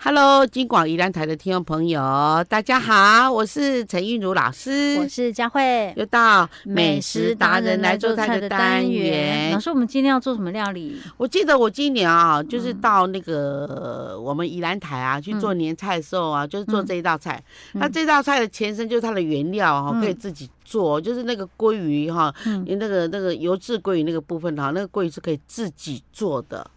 Hello，金广宜兰台的听众朋友，大家好，我是陈韵如老我师，是佳慧，又到美食达人来做菜的单老元。师，我们今天要做什么料理？我记得我今年啊，就是到那个、我们宜兰台啊去做年菜的时候啊，就是做这一道菜。嗯那这道菜的前身就是它的原料哈、嗯可以自己做，就是那个鲑鱼哈、嗯那个那个油制鲑鱼那个部分哈、那个鲑鱼是可以自己做的。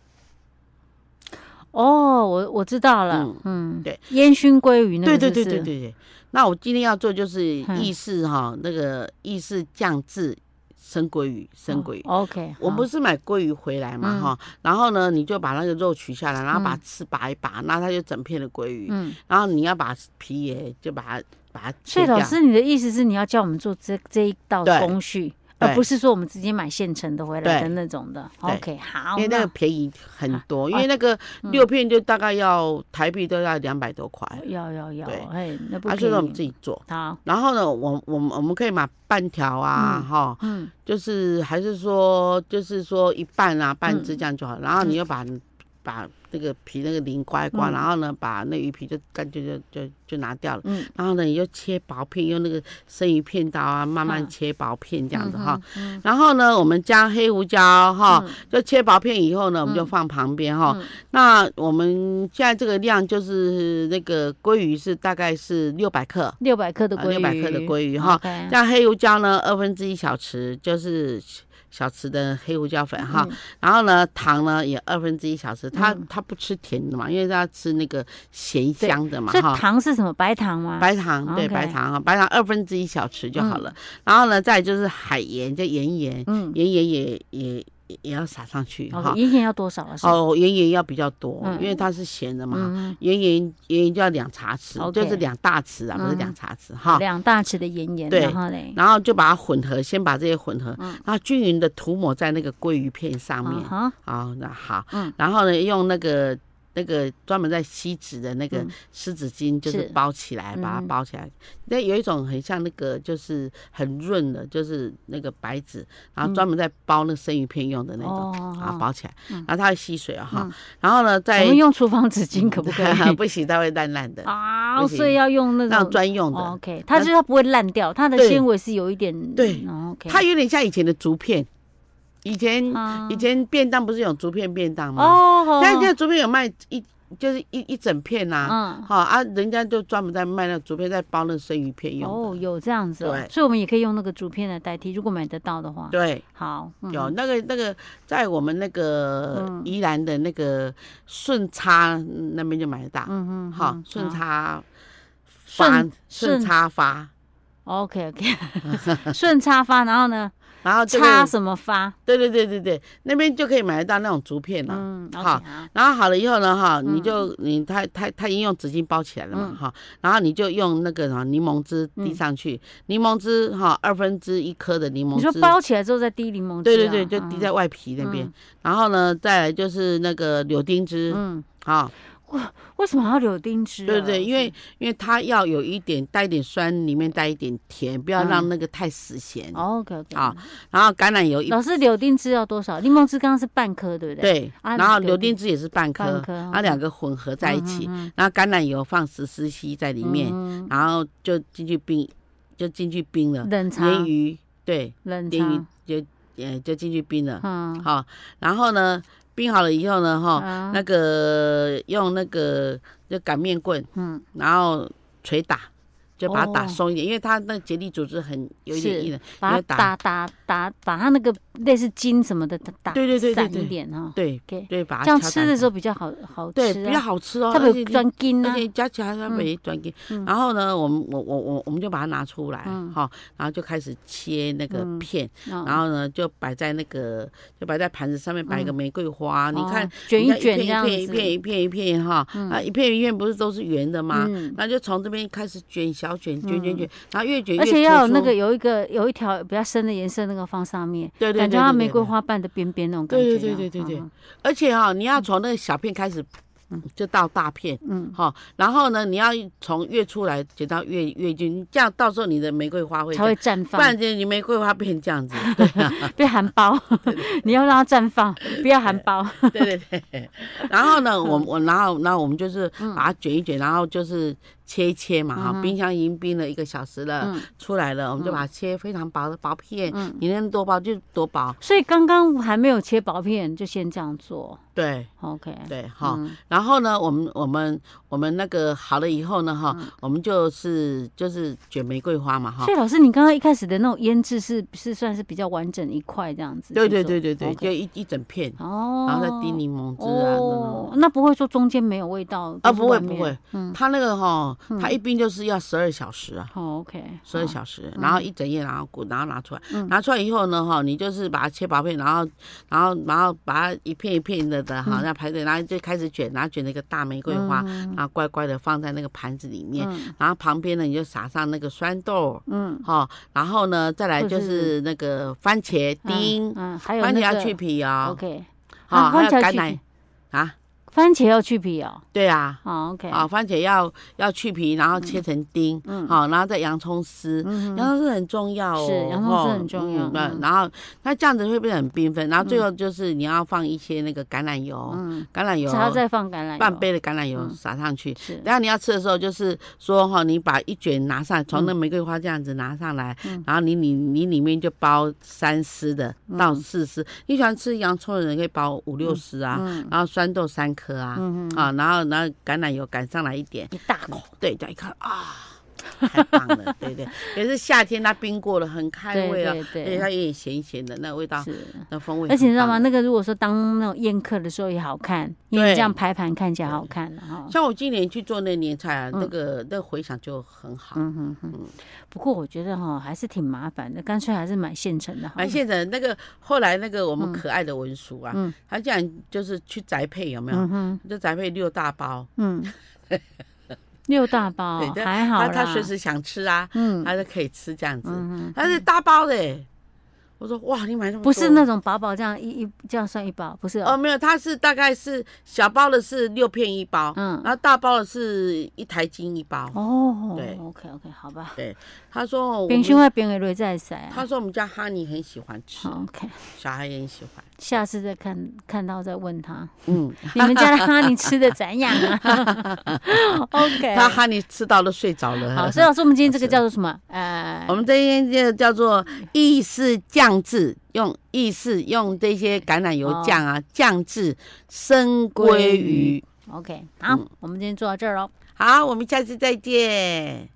哦，我我知道了，嗯，对，烟熏鲑鱼那对个对对是不是，对对对。那我今天要做就是嗯意式哈，那个意式酱制生鲑鱼，生鲑鱼。哦，OK，我不是是买鲑鱼回来嘛嗯哈，然后呢，你就把那个肉取下来，然后把嗯刺拔一拔，那它就整片的鲑鱼。嗯，然后你要把皮也就把它把它所切以掉老。师，你的意思是你要教我们做这这一道对工序，对而不是说我们直接买现成的回来对的那种的对，OK，好，因为那那个便宜很多，因啊为那个六片就大概要台币都要两百多块，要要要对，哎，那不啊，便就是我们自宜，己做。好，然后呢，我我们我们可以买半条啊，哈、嗯，就是还是说，就是说一半啊，半只嗯这样就好。然后你又把、把那个皮那个鳞刮一刮，嗯然后呢，把那鱼皮就干脆就就就拿掉了。嗯然后呢，你就切薄片，用那个生鱼片刀啊，慢慢嗯切薄片这样子嗯哈。嗯然后呢，我们加黑胡椒哈，嗯就切薄片以后呢，我们就嗯放旁边哈。嗯那我们现在这个量就是那个鲑鱼是大概是六百克，六百克的啊鲑鱼， 600克的鲑鱼哈 OK，像黑胡椒呢，二分之一小匙，就是小小匙的黑胡椒粉哈。嗯然后呢，糖呢也二分之一小匙。他嗯他不吃甜的嘛，因为他吃那个咸香的嘛所以哈。糖是什么？白糖吗？白糖对 OK 白糖哈，白糖二分之一小匙就好了。然后呢，再就是海盐，就盐盐，嗯，盐盐也也也也要撒上去好，哈。盐盐要多少啊？是哦，盐盐要比较多，嗯因为它是咸的嘛。嗯，盐盐盐盐就要两茶匙， OK 就是两大匙啊，不是嗯两茶匙哈。两大匙的盐盐，对然后嘞，然后就把它混合，先把这些混合，嗯然后均匀的涂抹在那个鲑鱼片上面。啊哈，好、那好，嗯然后呢，用那个那个专门在吸脂的那个嗯湿纸巾，就是是包起来，把它嗯包起来。那有一种很像那个，就是很润的，就是那个白纸，然后专门在包那生鱼片用的那种，嗯哦啊，包起来，嗯然后它会吸水哦哈、嗯然后呢，我再们用厨房纸巾可不可以？嗯 不行，它会烂烂 的，啊，不行所以要用那那种种专用的。哦 OK，它就是它不会烂掉，它的对纤维是有一点对嗯，OK，它有点像以前的竹片，以前、啊以前便当不是有竹片便当吗？哦，但现在竹片有卖一就是一一整片呐、啊，嗯。好、啊，人家就专门在卖那竹片，在包那生鱼片用的。哦，有这样子哦对，所以我们也可以用那个竹片来代替，如果买得到的话。对，好，嗯有那个那个，在我们那个嗯宜兰的那个顺差那边就买得到，嗯嗯，好、嗯顺好差发顺顺顺差发，OK OK，顺差发，然后呢，然啊后这差个什么发？对对对对对，那边就可以买得到那种竹片了、嗯，OK，好好，然后好了以后呢，哈，嗯你就你它它它已经用纸巾包起来了嘛，嗯哈、然后你就用那个什么柠檬汁滴上去，柠檬汁哈二分之一颗的柠檬你说汁，包起来之后再滴柠檬汁啊？对对对，就滴嗯在外皮那边，嗯然后呢，再来就是那个柳丁汁，嗯，啊、为什么还要柳丁汁啊？对对，老师因为因为它要有一点带一点酸，里面带一点甜，不要让那个太死咸，嗯哦 OK OK 好然后橄榄油一老师柳丁汁要多少？柠檬汁刚刚是半颗，对不对？，对，啊然后柳柳丁丁汁也是半颗，半颗然后两个混合在一起，嗯然后橄榄油放十四 c 在里面，嗯然后就进去冰，就进去冰了。冷藏鲶鱼对，冷鲶藏，鱼就呃就进去冰了。嗯，好，然后呢，冰好了以后呢，哈，啊那个用那个就擀面棍，嗯然后捶打，就把它打哦松一点，因为它那结缔组织很有一点是硬的，把要它打打打打，把它那个类似筋什么的打打对对对对散对一点哈。对 OK，对，把它这样敲吃打的散时候比较好好对吃比较啊，好吃哦，它而没且有你钻筋而啊。且加起来它嗯没断根。嗯然后呢，我们我我我我们就把它拿出来，嗯哈、然后就开始切那个嗯片，然然后呢就摆在那个就摆在盘子上面，摆一个嗯玫瑰花，你看。卷一你看卷这样片一片子，一片一片一片哈，啊，一片一片不是都是圆的吗？嗯，那就从这边开始卷，小卷卷卷卷，然后越卷越而且要有突那出个有一个有一条比较深的颜色，那个放上面，对对对感觉它对对玫瑰对花瓣的边边那种感觉啊。对对对对对对嗯而且哈、你要从那个小片开始就到大片，嗯，哈、然后呢，你要从月初来剪到月月均，这样到时候你的玫瑰花会嗯才会绽不然 放，就你玫瑰花变这样 子，对啊，别含 苞， 你要让它绽放，不要含苞。 对对对。然后嗯呢，我我然后然后我们就是把它卷一卷，然后就是切一切嘛，哈、冰箱已经冰了一个小时了，嗯出来了，我们就把它切非常薄的薄片，嗯你能多薄就多薄，所以刚刚还没有切薄片，就先这样做对，OK。对哈。嗯然后呢，我们我们我们那个好了以后呢，哈、嗯我们就是就是卷玫瑰花嘛，哈所。以老师，你刚刚一开始的那种腌制是是算是比较完整一块这样子去做？对对对对对， OK 就一一整片，哦，然后再滴柠檬汁啊，那哦，那不会说中间没有味道啊不会不，都是外会面哦嗯，它那个哈，它一冰就是要十二小时啊。好 OK，十二好小时，然后一整夜，然后滚，然后拿出来，嗯拿出来以后呢，哈，你就是把它切薄片，然后，然后，然后把它一片一片的的嗯哈，那排队，然后就开始卷，然后卷了一个大玫瑰花，然后乖乖的放在那个盘子里面，嗯然后旁边呢你就撒上那个酸豆，嗯，哈，然后呢再来或就者是是那个番茄丁，嗯，还有番茄那要个去皮哦， OK，啊，啊还有番茄橄去榄皮啊，番茄要去皮哦，对啊，好 OK，啊，番茄要要去皮，然后切成丁，嗯好，然后再洋葱丝，洋葱丝很重要哦，是洋葱丝吼很重要嗯对嗯然后那这样子会变得很缤纷，然后最后就是你要放一些那个橄榄油，嗯，橄榄油然后再放橄榄油半杯的橄榄油嗯撒上去。是，然后你要吃的时候，就是说哈，你把一卷拿上，从那玫瑰花这样子拿上来，嗯然后你你你里面就包三丝的到四丝，你喜欢吃洋葱的人可以包五六丝啊，嗯然后酸豆三颗啊，嗯嗯，啊，然后然后橄榄油赶上来一点，一大口，对，这样一看啊， 太棒了，对对。可是夏天它冰过了，很开对胃啊，对而且它对，有点咸咸的，那味道是。那风味很棒的。而且你知道吗？那个如果说当那种宴客的时候也好看，因为对这样排盘看起来好看了哈。像我今年去做那年菜啊，那嗯个那个回响就很好。嗯哼哼，不过我觉得哈还是挺麻烦的，干脆还是买现成的好了。买现成那个，后来那个我们可爱的文叔啊，嗯他竟然就是去宅配，有没有？嗯哼，就宅配六大包， 嗯，六大包对但还他好啦。他随时想吃啊，嗯他就可以吃这样子。嗯他是大包的欸，我说哇，你买那么多？哼，不是那种薄薄这样一一这样算一包，不是哦，哦，没有，它是大概是小包的是六片一包，嗯然后大包的是一台斤一包。哦，对，OK OK，好吧。他说哦我边胸们，外边的瑞在塞啊他说我们家哈尼很喜欢吃，好，OK，小孩也很喜欢。下次再看看到再问他， 嗯，你们家的哈尼吃的怎样啊 ？OK，嗯他嗯哈尼吃到了睡着了。好，哦所以老师，我们今天这个叫做什么？呃 我，们这边就叫做意式酱制，用意式用这些橄榄哦油酱啊酱制生鲑鱼。 OK，好嗯，我们今天做到这儿喽。好，我们下次再见。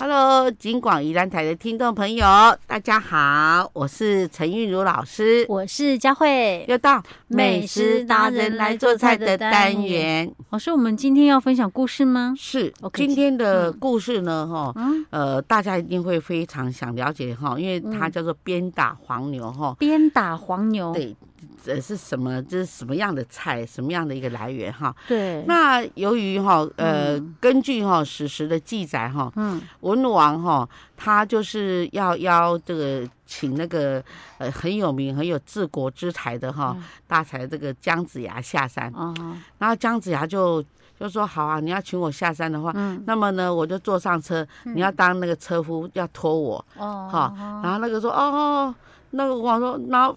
Hello，金广宜兰台的听众朋友，大家好，我是陈韵如老师，我是佳慧，又到美食达人来做菜的单元，老师，我们今天要分享故事吗？是 OK，今天的故事呢，哈、嗯，呃，大家一定会非常想了解哈，因为它嗯哦叫做鞭打黄牛哈。鞭打黄牛，对，这是什么？这是什么样的菜？什么样的一个来源哈？对，那由于哈，呃，根据哈史实的记载哈，嗯文王哈、他就是要邀这个请那个呃很有名、很有治国之才的哈、嗯大才这个姜子牙下山，啊，然后姜子牙就就说好啊，你要请我下山的话，嗯那么呢我就坐上车，你要当那个车夫，要拖我，哦，哈然后那个说哦，那个王说，然后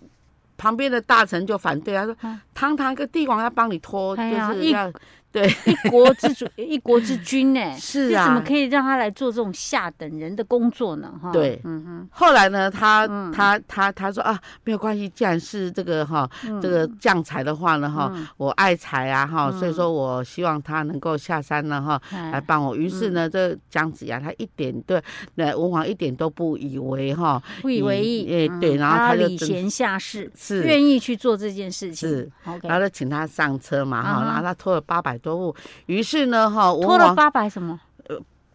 旁边的大臣就反对，他说嗯堂堂一个帝王要帮你拖，哎呀就是一要一国之主， 一国之君呢？是你怎么啊。可以让他来做这种下等人的工作呢？哈，对嗯哼，后来呢，他、嗯他他他说啊，没有关系，既然是这个哈、这个将才的话呢哈，嗯我爱才啊哈，所以说我希望他能够下山了哈，来哎帮我。于是呢，这姜子牙他一点对那文王一点都不以为哈，不以为意，哎嗯对然后他就礼真贤下士，是愿意去做这件事情，是 OK，然后就请他上车嘛哈，嗯哼然后他拖了八百多步，于是呢哈，文拖了王八百什么？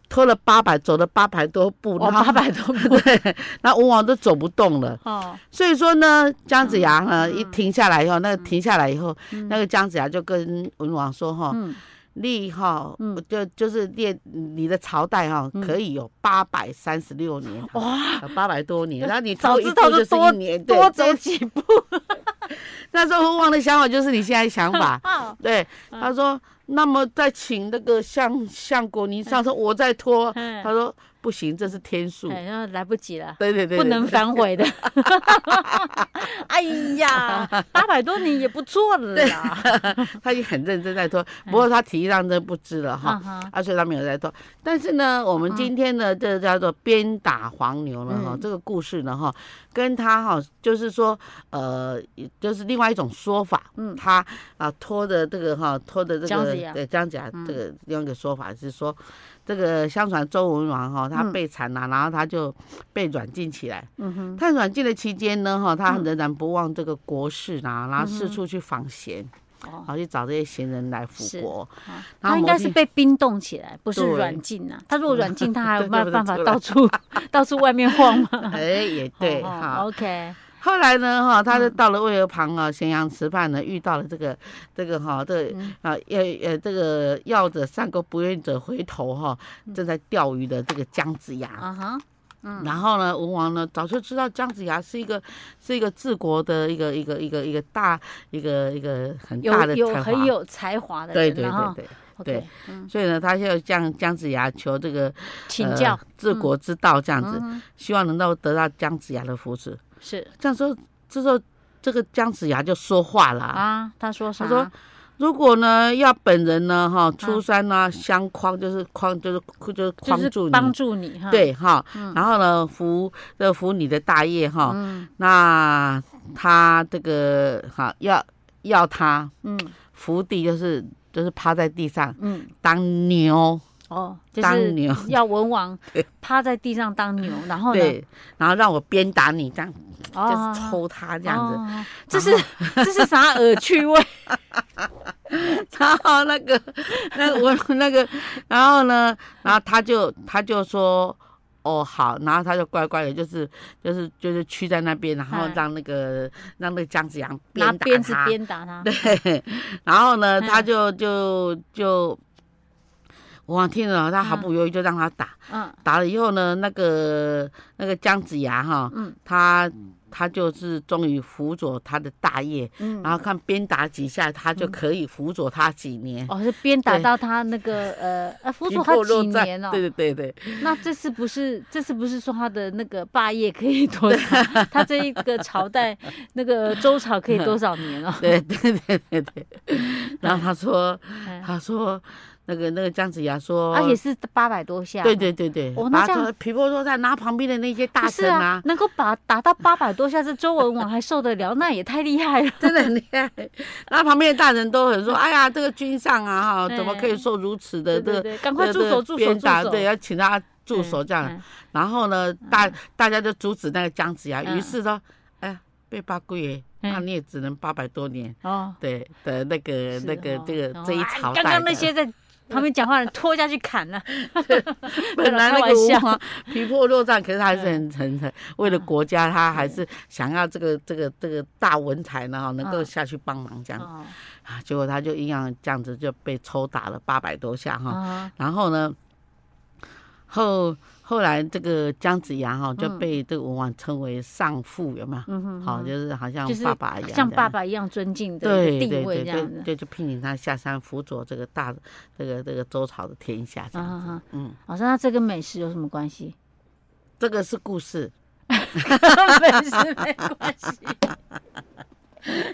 拖了八百，走了八百多步，哦，然后八百多步， 对，那文王都走不动了。哦，所以说呢，姜子牙呢、一停下来以后，那个停下来以后，嗯那个姜子牙就跟文王说哈，嗯，立哈，嗯我就就是列你的朝代哈，嗯可以有八百三十六年，哇， 八百多年，然后你早拖一知道步就就是多一年，对多走几步，那时候旺的想法就是你现在想 法。 哦，对，他说，那么再请那个相相国尼上车，我再拖。嗯他说不行，这是天数。哎，然后来不及了。对对对，不对能对 反悔的。哎呀，八百多年也不错了啦。他也很认真在拖，嗯不过他体力上真不知了哈。哈，嗯啊，所以他没有在拖。但是呢，我们今天呢，这叫做鞭打黄牛了哈。嗯这个故事呢哈，跟他哈，就是说，呃，就是另外一种说法。嗯他啊拖的这个哈，拖的这姜个子牙对姜子牙嗯这个另外一个说法是说，这个相传周文王哈，他嗯被惨了，然后他就被软禁起来。嗯哼，他软禁的期间呢哈，他嗯仍然不忘这个国事啊，然后四嗯哼处去访贤。哦，好去找这些闲人来是复国。好然他后应某该是天被冰冻起来，不是对软禁呐。他如果软禁，他 还有对办对办法对到处 到处外面晃吗？哎， 也 对哦哦哈。 OK，后来呢，哈，他就到了渭河旁啊，咸阳池畔呢，遇到了这个这个哈，这个嗯啊，要呃，这个要者上钩，不愿者回头哈，正在钓鱼的这个姜子牙。嗯啊哈，嗯，然后呢，文王呢早就知道姜子牙是一个是一个治国的一个一个一个一个大一个一个很大有的有才华很，有才华的对人对了对哈。对。 OK，嗯，所以呢，他就向姜子牙求这个请呃教治国之道这样子。嗯哼希望能够得到姜子牙的扶持。是这样说，这时候这个姜子牙就说话了、啊。啊，他说啥？他说如果呢，要本人呢，哈，出山啊，相框就是框，就是就是就框是住你，帮助你哈。，对哈。嗯然后呢，扶呃扶你的大业哈。嗯那他这个哈要要他嗯伏地，就是就是趴在地上嗯。当牛，哦，就当是牛要 文王趴在地上当牛，然后呢，对，然后让我鞭打你，这样就哦是抽他这样子。哦这是这是啥恶趣味？ 然后那个，那个我那个，然后呢，然后他就他就说，哦好，然后他就乖乖的，就是就是就是屈在那边，然后哎让那个让那个姜子牙拿 鞭打鞭子他，鞭打他，对，然后呢，他嗯就就就，我听了，他毫不犹豫就让他打，嗯打了以后呢，那个那个姜子牙哈，嗯他他就是终于辅佐他的大业，然嗯，后看鞭打几下，他就可以辅佐他几年。哦，是鞭打对到他那个呃呃辅皮佐他破肉几绽年哦，对 对对对，那这次不是这次不是说他的那个霸业可以多 少？他这一个朝代那个周朝可以多少年哦？对对对对对。然后他说，哎他说那个那个姜子牙说，啊，也是八百多下，对对对对，哦那把他这样说皮破肉绽，拿旁边的那些大不是臣啊 啊，，能够把打到八百多下，这周文王还受得了，那也太厉害了。真的很厉害。然后旁边的大臣都很 说，哎呀，这个君上啊哈，哎怎么可以受如此的对这对个对，赶快住手住手鞭住打？手，对，要请他嗯住手这样。嗯然后呢，大大家就阻止那个姜子牙，嗯于是说，哎呀，被八贵耶，嗯那你也只能八百多年。哦，对的那个是那个哦这个然后这一啊朝代的，刚刚那些在旁边讲话的人拖下去砍了， 本来那开玩个笑嗯吴王皮破肉绽，可是他还是很很很为了国家，他还是想要这个这个这个大文采呢，哈能够嗯下去帮忙这样哦啊，结果他就一样这样子就被抽打了八百多下哈，啊，然后呢，后后来这个姜子牙哈就嗯被这个文王称为上父，有没有？嗯哼，好，嗯就是好像就是爸爸一样，像爸。爸一样尊敬的对地对位对这样对，子。对，就聘请他下山辅佐这个大这个这个周朝的天下这样啊子啊。嗯，好像那这跟美食有什么关系？这个是故 事。美食没关系，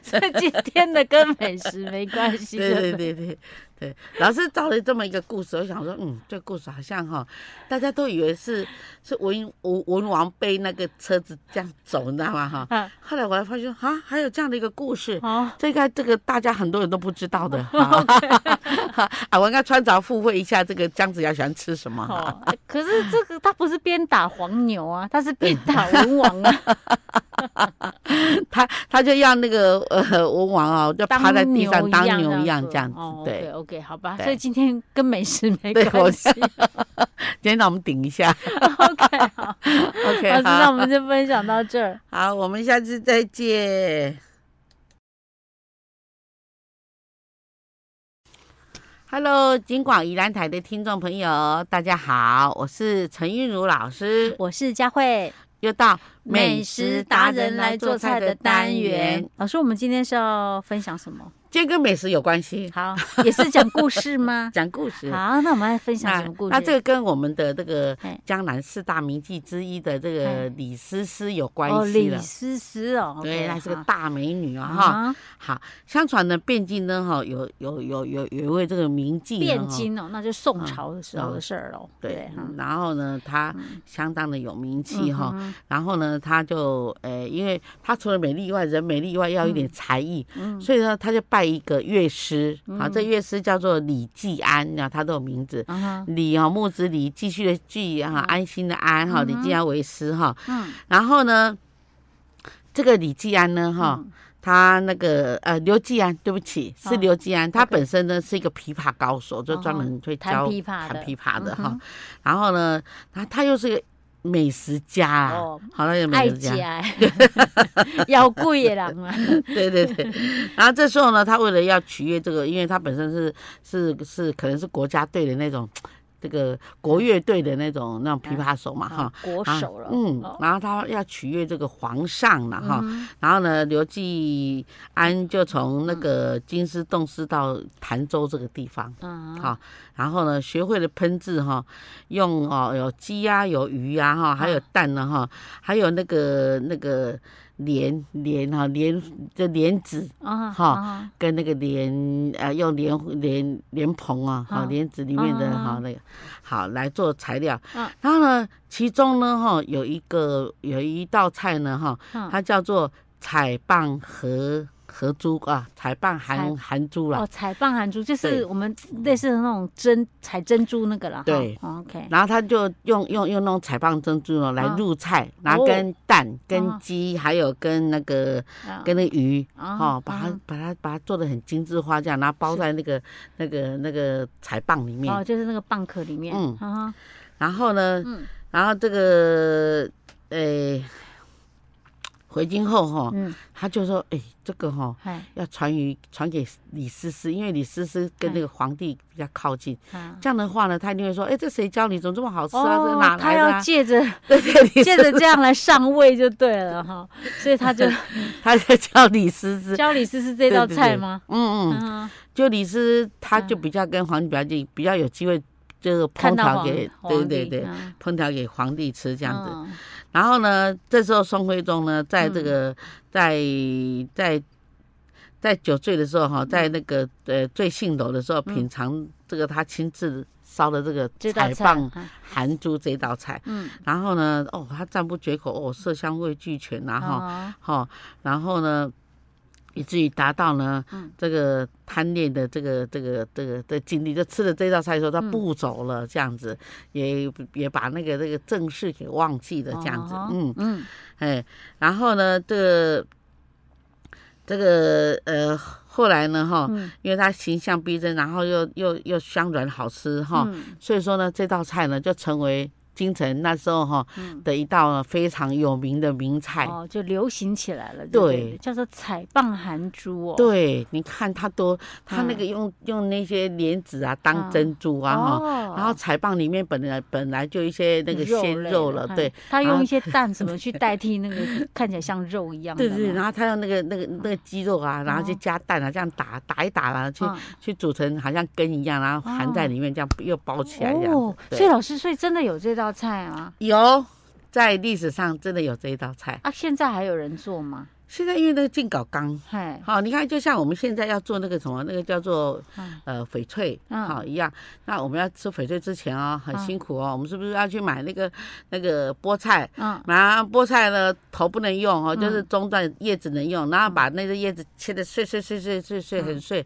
这今天的跟美食没关系。对对对对对，老师找了这么一个故事，我想说，嗯，这故事好像哈，大家都以为是是文文文王被那个车子这样走，你知道吗？哈，啊，后来我还发现啊，还有这样的一个故事。好，这应该这个大家很多人都不知道的，哦哈 啊，我应该穿凿附会一下这个姜子牙喜欢吃什么哈。好。可是这个他不是鞭打黄牛啊，他是鞭打文王 啊，他他就让那个呃文王哦，就趴在地上当牛啊一样这样子。 OK 对， OK，好哦吧。对所以今天跟美食没对我 关系。今天让我们顶一 下。 OK，好，老 OK，师，那好我，们就分享到这儿。好，我们下次再见。Hello，金广宜兰台的听众朋友，大家好，我是陈韵如老师。我是佳慧，又到美食达人来做菜的单元。。老师，我们今天是要分享什 么？今天跟美食有关系，？好，也是讲故事吗讲故事。好，那我们来分享那什么故事？那这个跟我们的这个哎江南四大名妓之一的这个哎李师师有哦，关系李了。思思哦，对， OK，她是个好大美女啊哈。啊好，相传呢，汴京呢哈有有有有有一位这个名妓呢汴哈京哦，那就宋朝的时候的事儿喽。嗯对嗯哈，然后呢，她相当的有名气嗯哈。哼然后呢，她就呃，因为她除了美丽以外，人美丽以外要有一嗯点才艺，所以呢，她就拜一个乐师啊，这乐师叫做李继安，啊，他都有名字。嗯哼李啊，木子李，继续的继哈，安心的安哈，李继安为师哈。嗯然后呢，这个李继安呢哈，他那个呃刘继安，对不起，是嗯哦刘继安，他 OK 本身呢是一个琵琶高手，就哦专门会弹教琵琶弹的琵琶的嗯哈哼。然后呢，他他又是个美食家 啊哦，好了，有美爱食家，家，哎 要贵的人啊，对对 对。然后这时候呢，他为了要取悦这个，因为他本身是是是可能是国家队的那种。这个国乐队的那种那种琵琶手嘛哈，哦国啊嗯手了，嗯哦，然后他要取悦这个皇上了哈，嗯然后呢，刘继安就从那个京师动师到潭州这个地方，嗯好然后呢，学会了烹制哈，用哦有鸡啊，有鱼啊哈，还有蛋呢、哈，还有那个那个莲莲哈莲这莲子啊好啊跟那个莲呃用莲莲莲蓬啊哈好莲子里面的嗯嗯哈那个好来做材料嗯，然后呢，其中呢哈有一个有一道菜呢哈。嗯它叫做彩棒和和珠啊，彩棒含彩含珠啦。哦，彩棒含珠对就是我们类似的那种珍采珍珠那个了哈。对哦，OK，然后他就用用用那种彩棒珍珠呢来啊入菜，然后哦跟蛋、跟啊鸡，还有跟那个啊跟那个鱼，啊哦，把它啊把它把它做的很精致花架，然后包是在那个那个那个彩棒里面哦，。就是那个蚌壳里面，嗯啊，然后呢，嗯然后这个呃回京后哈，嗯，他就说，哎，这个哈嗨，要传于传给李师师，因为李师师跟那嗯个皇帝比较靠近。啊这样的话呢，他一定会说：“哎、这谁教你？怎么这么好吃啊？这个哪哦，他来的、要啊借着 对？”对对，借着这样来上位就对了哈，所以 他就他在教李师师。教李思思这道对对对菜吗？嗯嗯，嗯，就李师，他就比较跟皇帝比较近，比较有机会，就是烹看到调皇给，皇对帝对对，嗯烹调给皇帝吃这样子。嗯然后呢，这时候宋徽宗呢，在这个在在在酒醉的时候嗯哈，在那个呃醉兴楼的时候，品尝这个他亲自烧的这个这道彩菜棒，啊含珠这道菜。嗯，然后呢，哦，他赞不绝口，哦，色香味俱全呐、哈、哈，哈、然后呢，以至于达到呢，嗯这个贪恋的这个这个这个的经历，就吃了这道菜的时候，他嗯不走了，这样子，也也把那个这个正事给忘记了，这样子，哦嗯，嗯，哎，然后呢，这个这个呃，后来呢，哈、嗯因为他形象逼真，然后又又又香软好吃，哈、嗯所以说呢，这道菜呢就成为京城那时候哈、嗯的一道非常有名的名菜。哦，就流行起来了，对对了，叫做彩棒含珠哦，对，你看它多，它那嗯个用、用那些莲子啊当嗯珍珠啊哈、哦然后彩棒里面本来本来就一些那个鲜类肉的了，嗯对，他然后用一些蛋 什么去代替那个看起来像肉一样的对嘛，对，然后它用那个那个那个鸡肉啊，然后就哦加蛋啊，这样打打一打啊，去、嗯去煮成好像羹一样，然后含在哦里面，这样又包起来这样子。哦，所以对，老师，所以真的有这道菜啊？有在历史上真的有这一道菜。啊，现在还有人做吗？现在因为那个进稿缸嘿，好，你看，就像我们现在要做那个什么，那个叫做嗯呃翡翠，嗯好一样。那我们要吃翡翠之前啊，很嗯辛苦哦，我们是不是要去买那个那个菠菜？嗯，买完菠菜呢，头不能用哦，就是中段叶子能用，然后嗯把那个叶子切的碎碎碎碎碎碎很碎，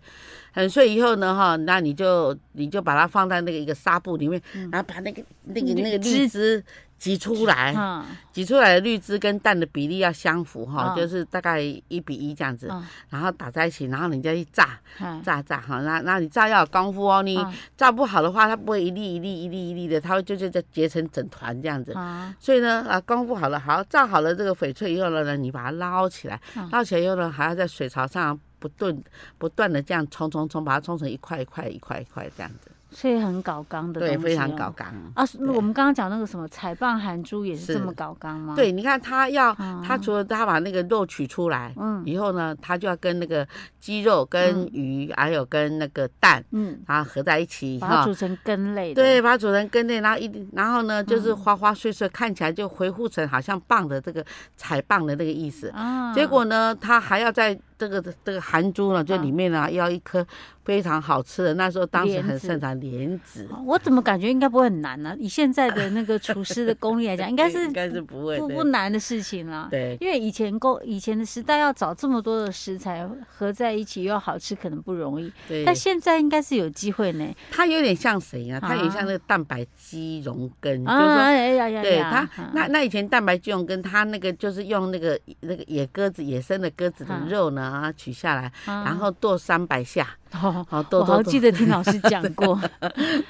很碎以后呢，哈，那你就你就把它放在那个一个纱布里面，嗯然后把那个那个那个绿汁汁挤出来，嗯，挤出来的绿汁跟蛋的比例要相符哈，嗯就是大概一比一这样子嗯，然后打在一起，然后你再去炸嗯炸炸哈，那那你炸要有功夫哦，你嗯炸不好的话，它不会一粒一粒一粒一粒的，它会就就就结成整团这样子。啊，所以呢，啊，功夫好了，好炸好了这个翡翠以后呢，你把它捞起来，嗯捞起来以后呢，还要在水槽上不断不断的这样冲冲冲，把它冲成一块一块一块一块这样子。所以很搞刚的、东对，西非常哦搞刚。啊。我们刚刚讲那个什么彩棒含珠也是这是么搞刚吗？，对，你看他要嗯他除了他把那个肉取出来，嗯以后呢，他就要跟那个鸡肉、跟鱼，还有跟那个蛋，嗯，然后合在一起把它哈煮。成根类的，对，把它煮成根类，然后一定然后呢，就是嗯花花碎碎，看起来就回复成好像棒的这个彩棒的那个意思。啊，结果呢，他还要在这个这个含珠呢，就嗯里面呢要一颗非常好吃的，那时候当时莲很子盛产莲子。哦我怎么感觉应该不会很难呢、啊以现在的那个厨师的功力来 哦讲，应该是应该是不会不对不难的事情啦。对因为以前够以前的时代要找这么多的食材合在一起又要好吃，可能不容易。对，但现在应该是有机会呢。它有点像谁呀、它有点像啊那个蛋白鸡茸根，啊，就是说。哎呀呀呀，对它，啊那那以前蛋白鸡茸根，它那个就是用那个那个野鸽子、野生的鸽子的啊肉呢，啊取下来，啊然后剁三百下， 哦好剁剁我剁好记得听老师 讲过，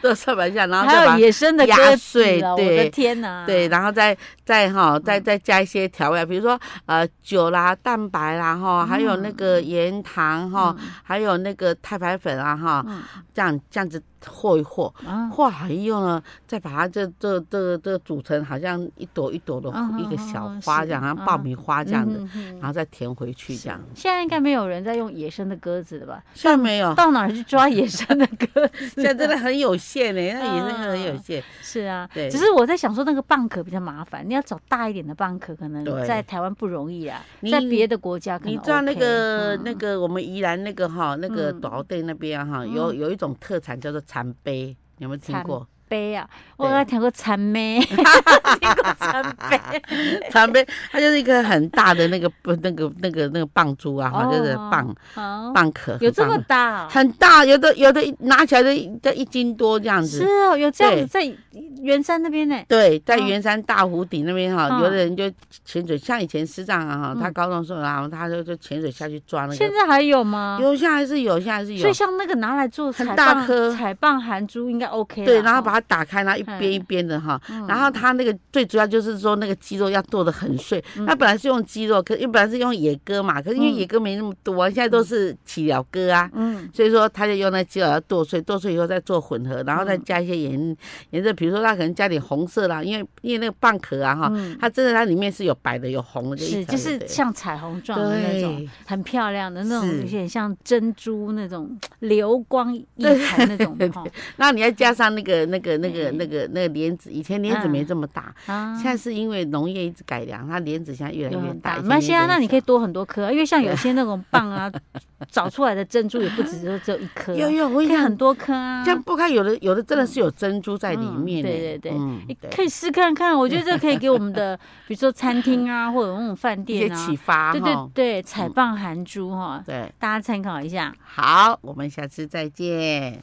剁三百下，然后还再有把野生的压鸽子碎啊！我对的天哪！对，然后再再哈，嗯再再加一些调味，比如说呃酒啦、蛋白啦哈，还有那个嗯盐糖哈，还有那个太白粉啊哈，嗯这样这样子和一和，啊，和好以后呢，再把它这这这这组成好像一朵一朵的嗯哼一个小嗯哼花是这样，好嗯像爆米花这样子，啊嗯哼然后再填回去这样。现在应该没有人在用野生的鸽子了吧？现在没有，到哪儿去抓野生的鸽子？现在真的很有限呢，那也是很有限。 是啊，对只是我在想说那个蚌壳比较麻烦，你要找大一点的蚌壳，可能对在台湾不容易啊，你在别的国家可能、OK, 啊你知道那个嗯那个我们宜兰那个哈，那个嗯岛队那边哈，有有一种特产叫做蚕杯，你有没有听蚕过？杯啊，我对刚才听过 蚕妹，听过蚕杯，蚕杯它就是一个很大的那个不那个那个那个棒珠啊，哈，就是哦棒好，棒壳，有很这棒么的大、哦？很大，有的有的一拿起来都一都一斤多这样是子。哦，有这样对子在圆山那边呢。对，在哦圆山大湖顶那边哈，嗯有的人就潜水，像以前师长啊，哈，他嗯高中的时候啊，他就就潜水下去抓那现个，在还有吗？有现在还是有，现在还是所有以。像那个拿来做很彩大棒颗彩棒含珠应该 OK 啦。对，然后把它，它打开，然后一边一嗯边的哈，嗯然后它那个最主要就是说那个鸡肉要剁得很碎，它本来是用鸡肉，可因为本来是用野鸽嘛，可是因为嗯野鸽没那么多啊，现在都是起了鸽啊，嗯所以说他就用那鸡肉要剁碎，剁碎以后再做混合，然后再嗯加一些颜颜色，比如说他可能加点红色啦，因为因为那个蚌壳啊哈，嗯，它真的它里面是有白的有红的，是一条就是对像彩虹状的那种对，很漂亮的那种，是有点像珍珠那种流光溢彩那种 哈。那你要加上那个那个那个嗯那个那个莲子，以前莲子没这么大，啊现在是因为农业一直改良，它莲子现在越来有越很大。大，以没前关系啊，莲子那你可以多很多颗啊，因为像有对些那种棒啊， 找出来的珍珠也不只是只有一颗啊，有有，我可跟你以讲很，多颗啊，像不开有的有的真的是有珍珠在里面呢、嗯对对对嗯你对可以试看看。我觉得这可以给我们 的，比如说餐厅啊，或者那种饭一些店啊启，发对对哈。嗯对，彩棒含珠哈，对，大家参考一下。好，我们下次再见。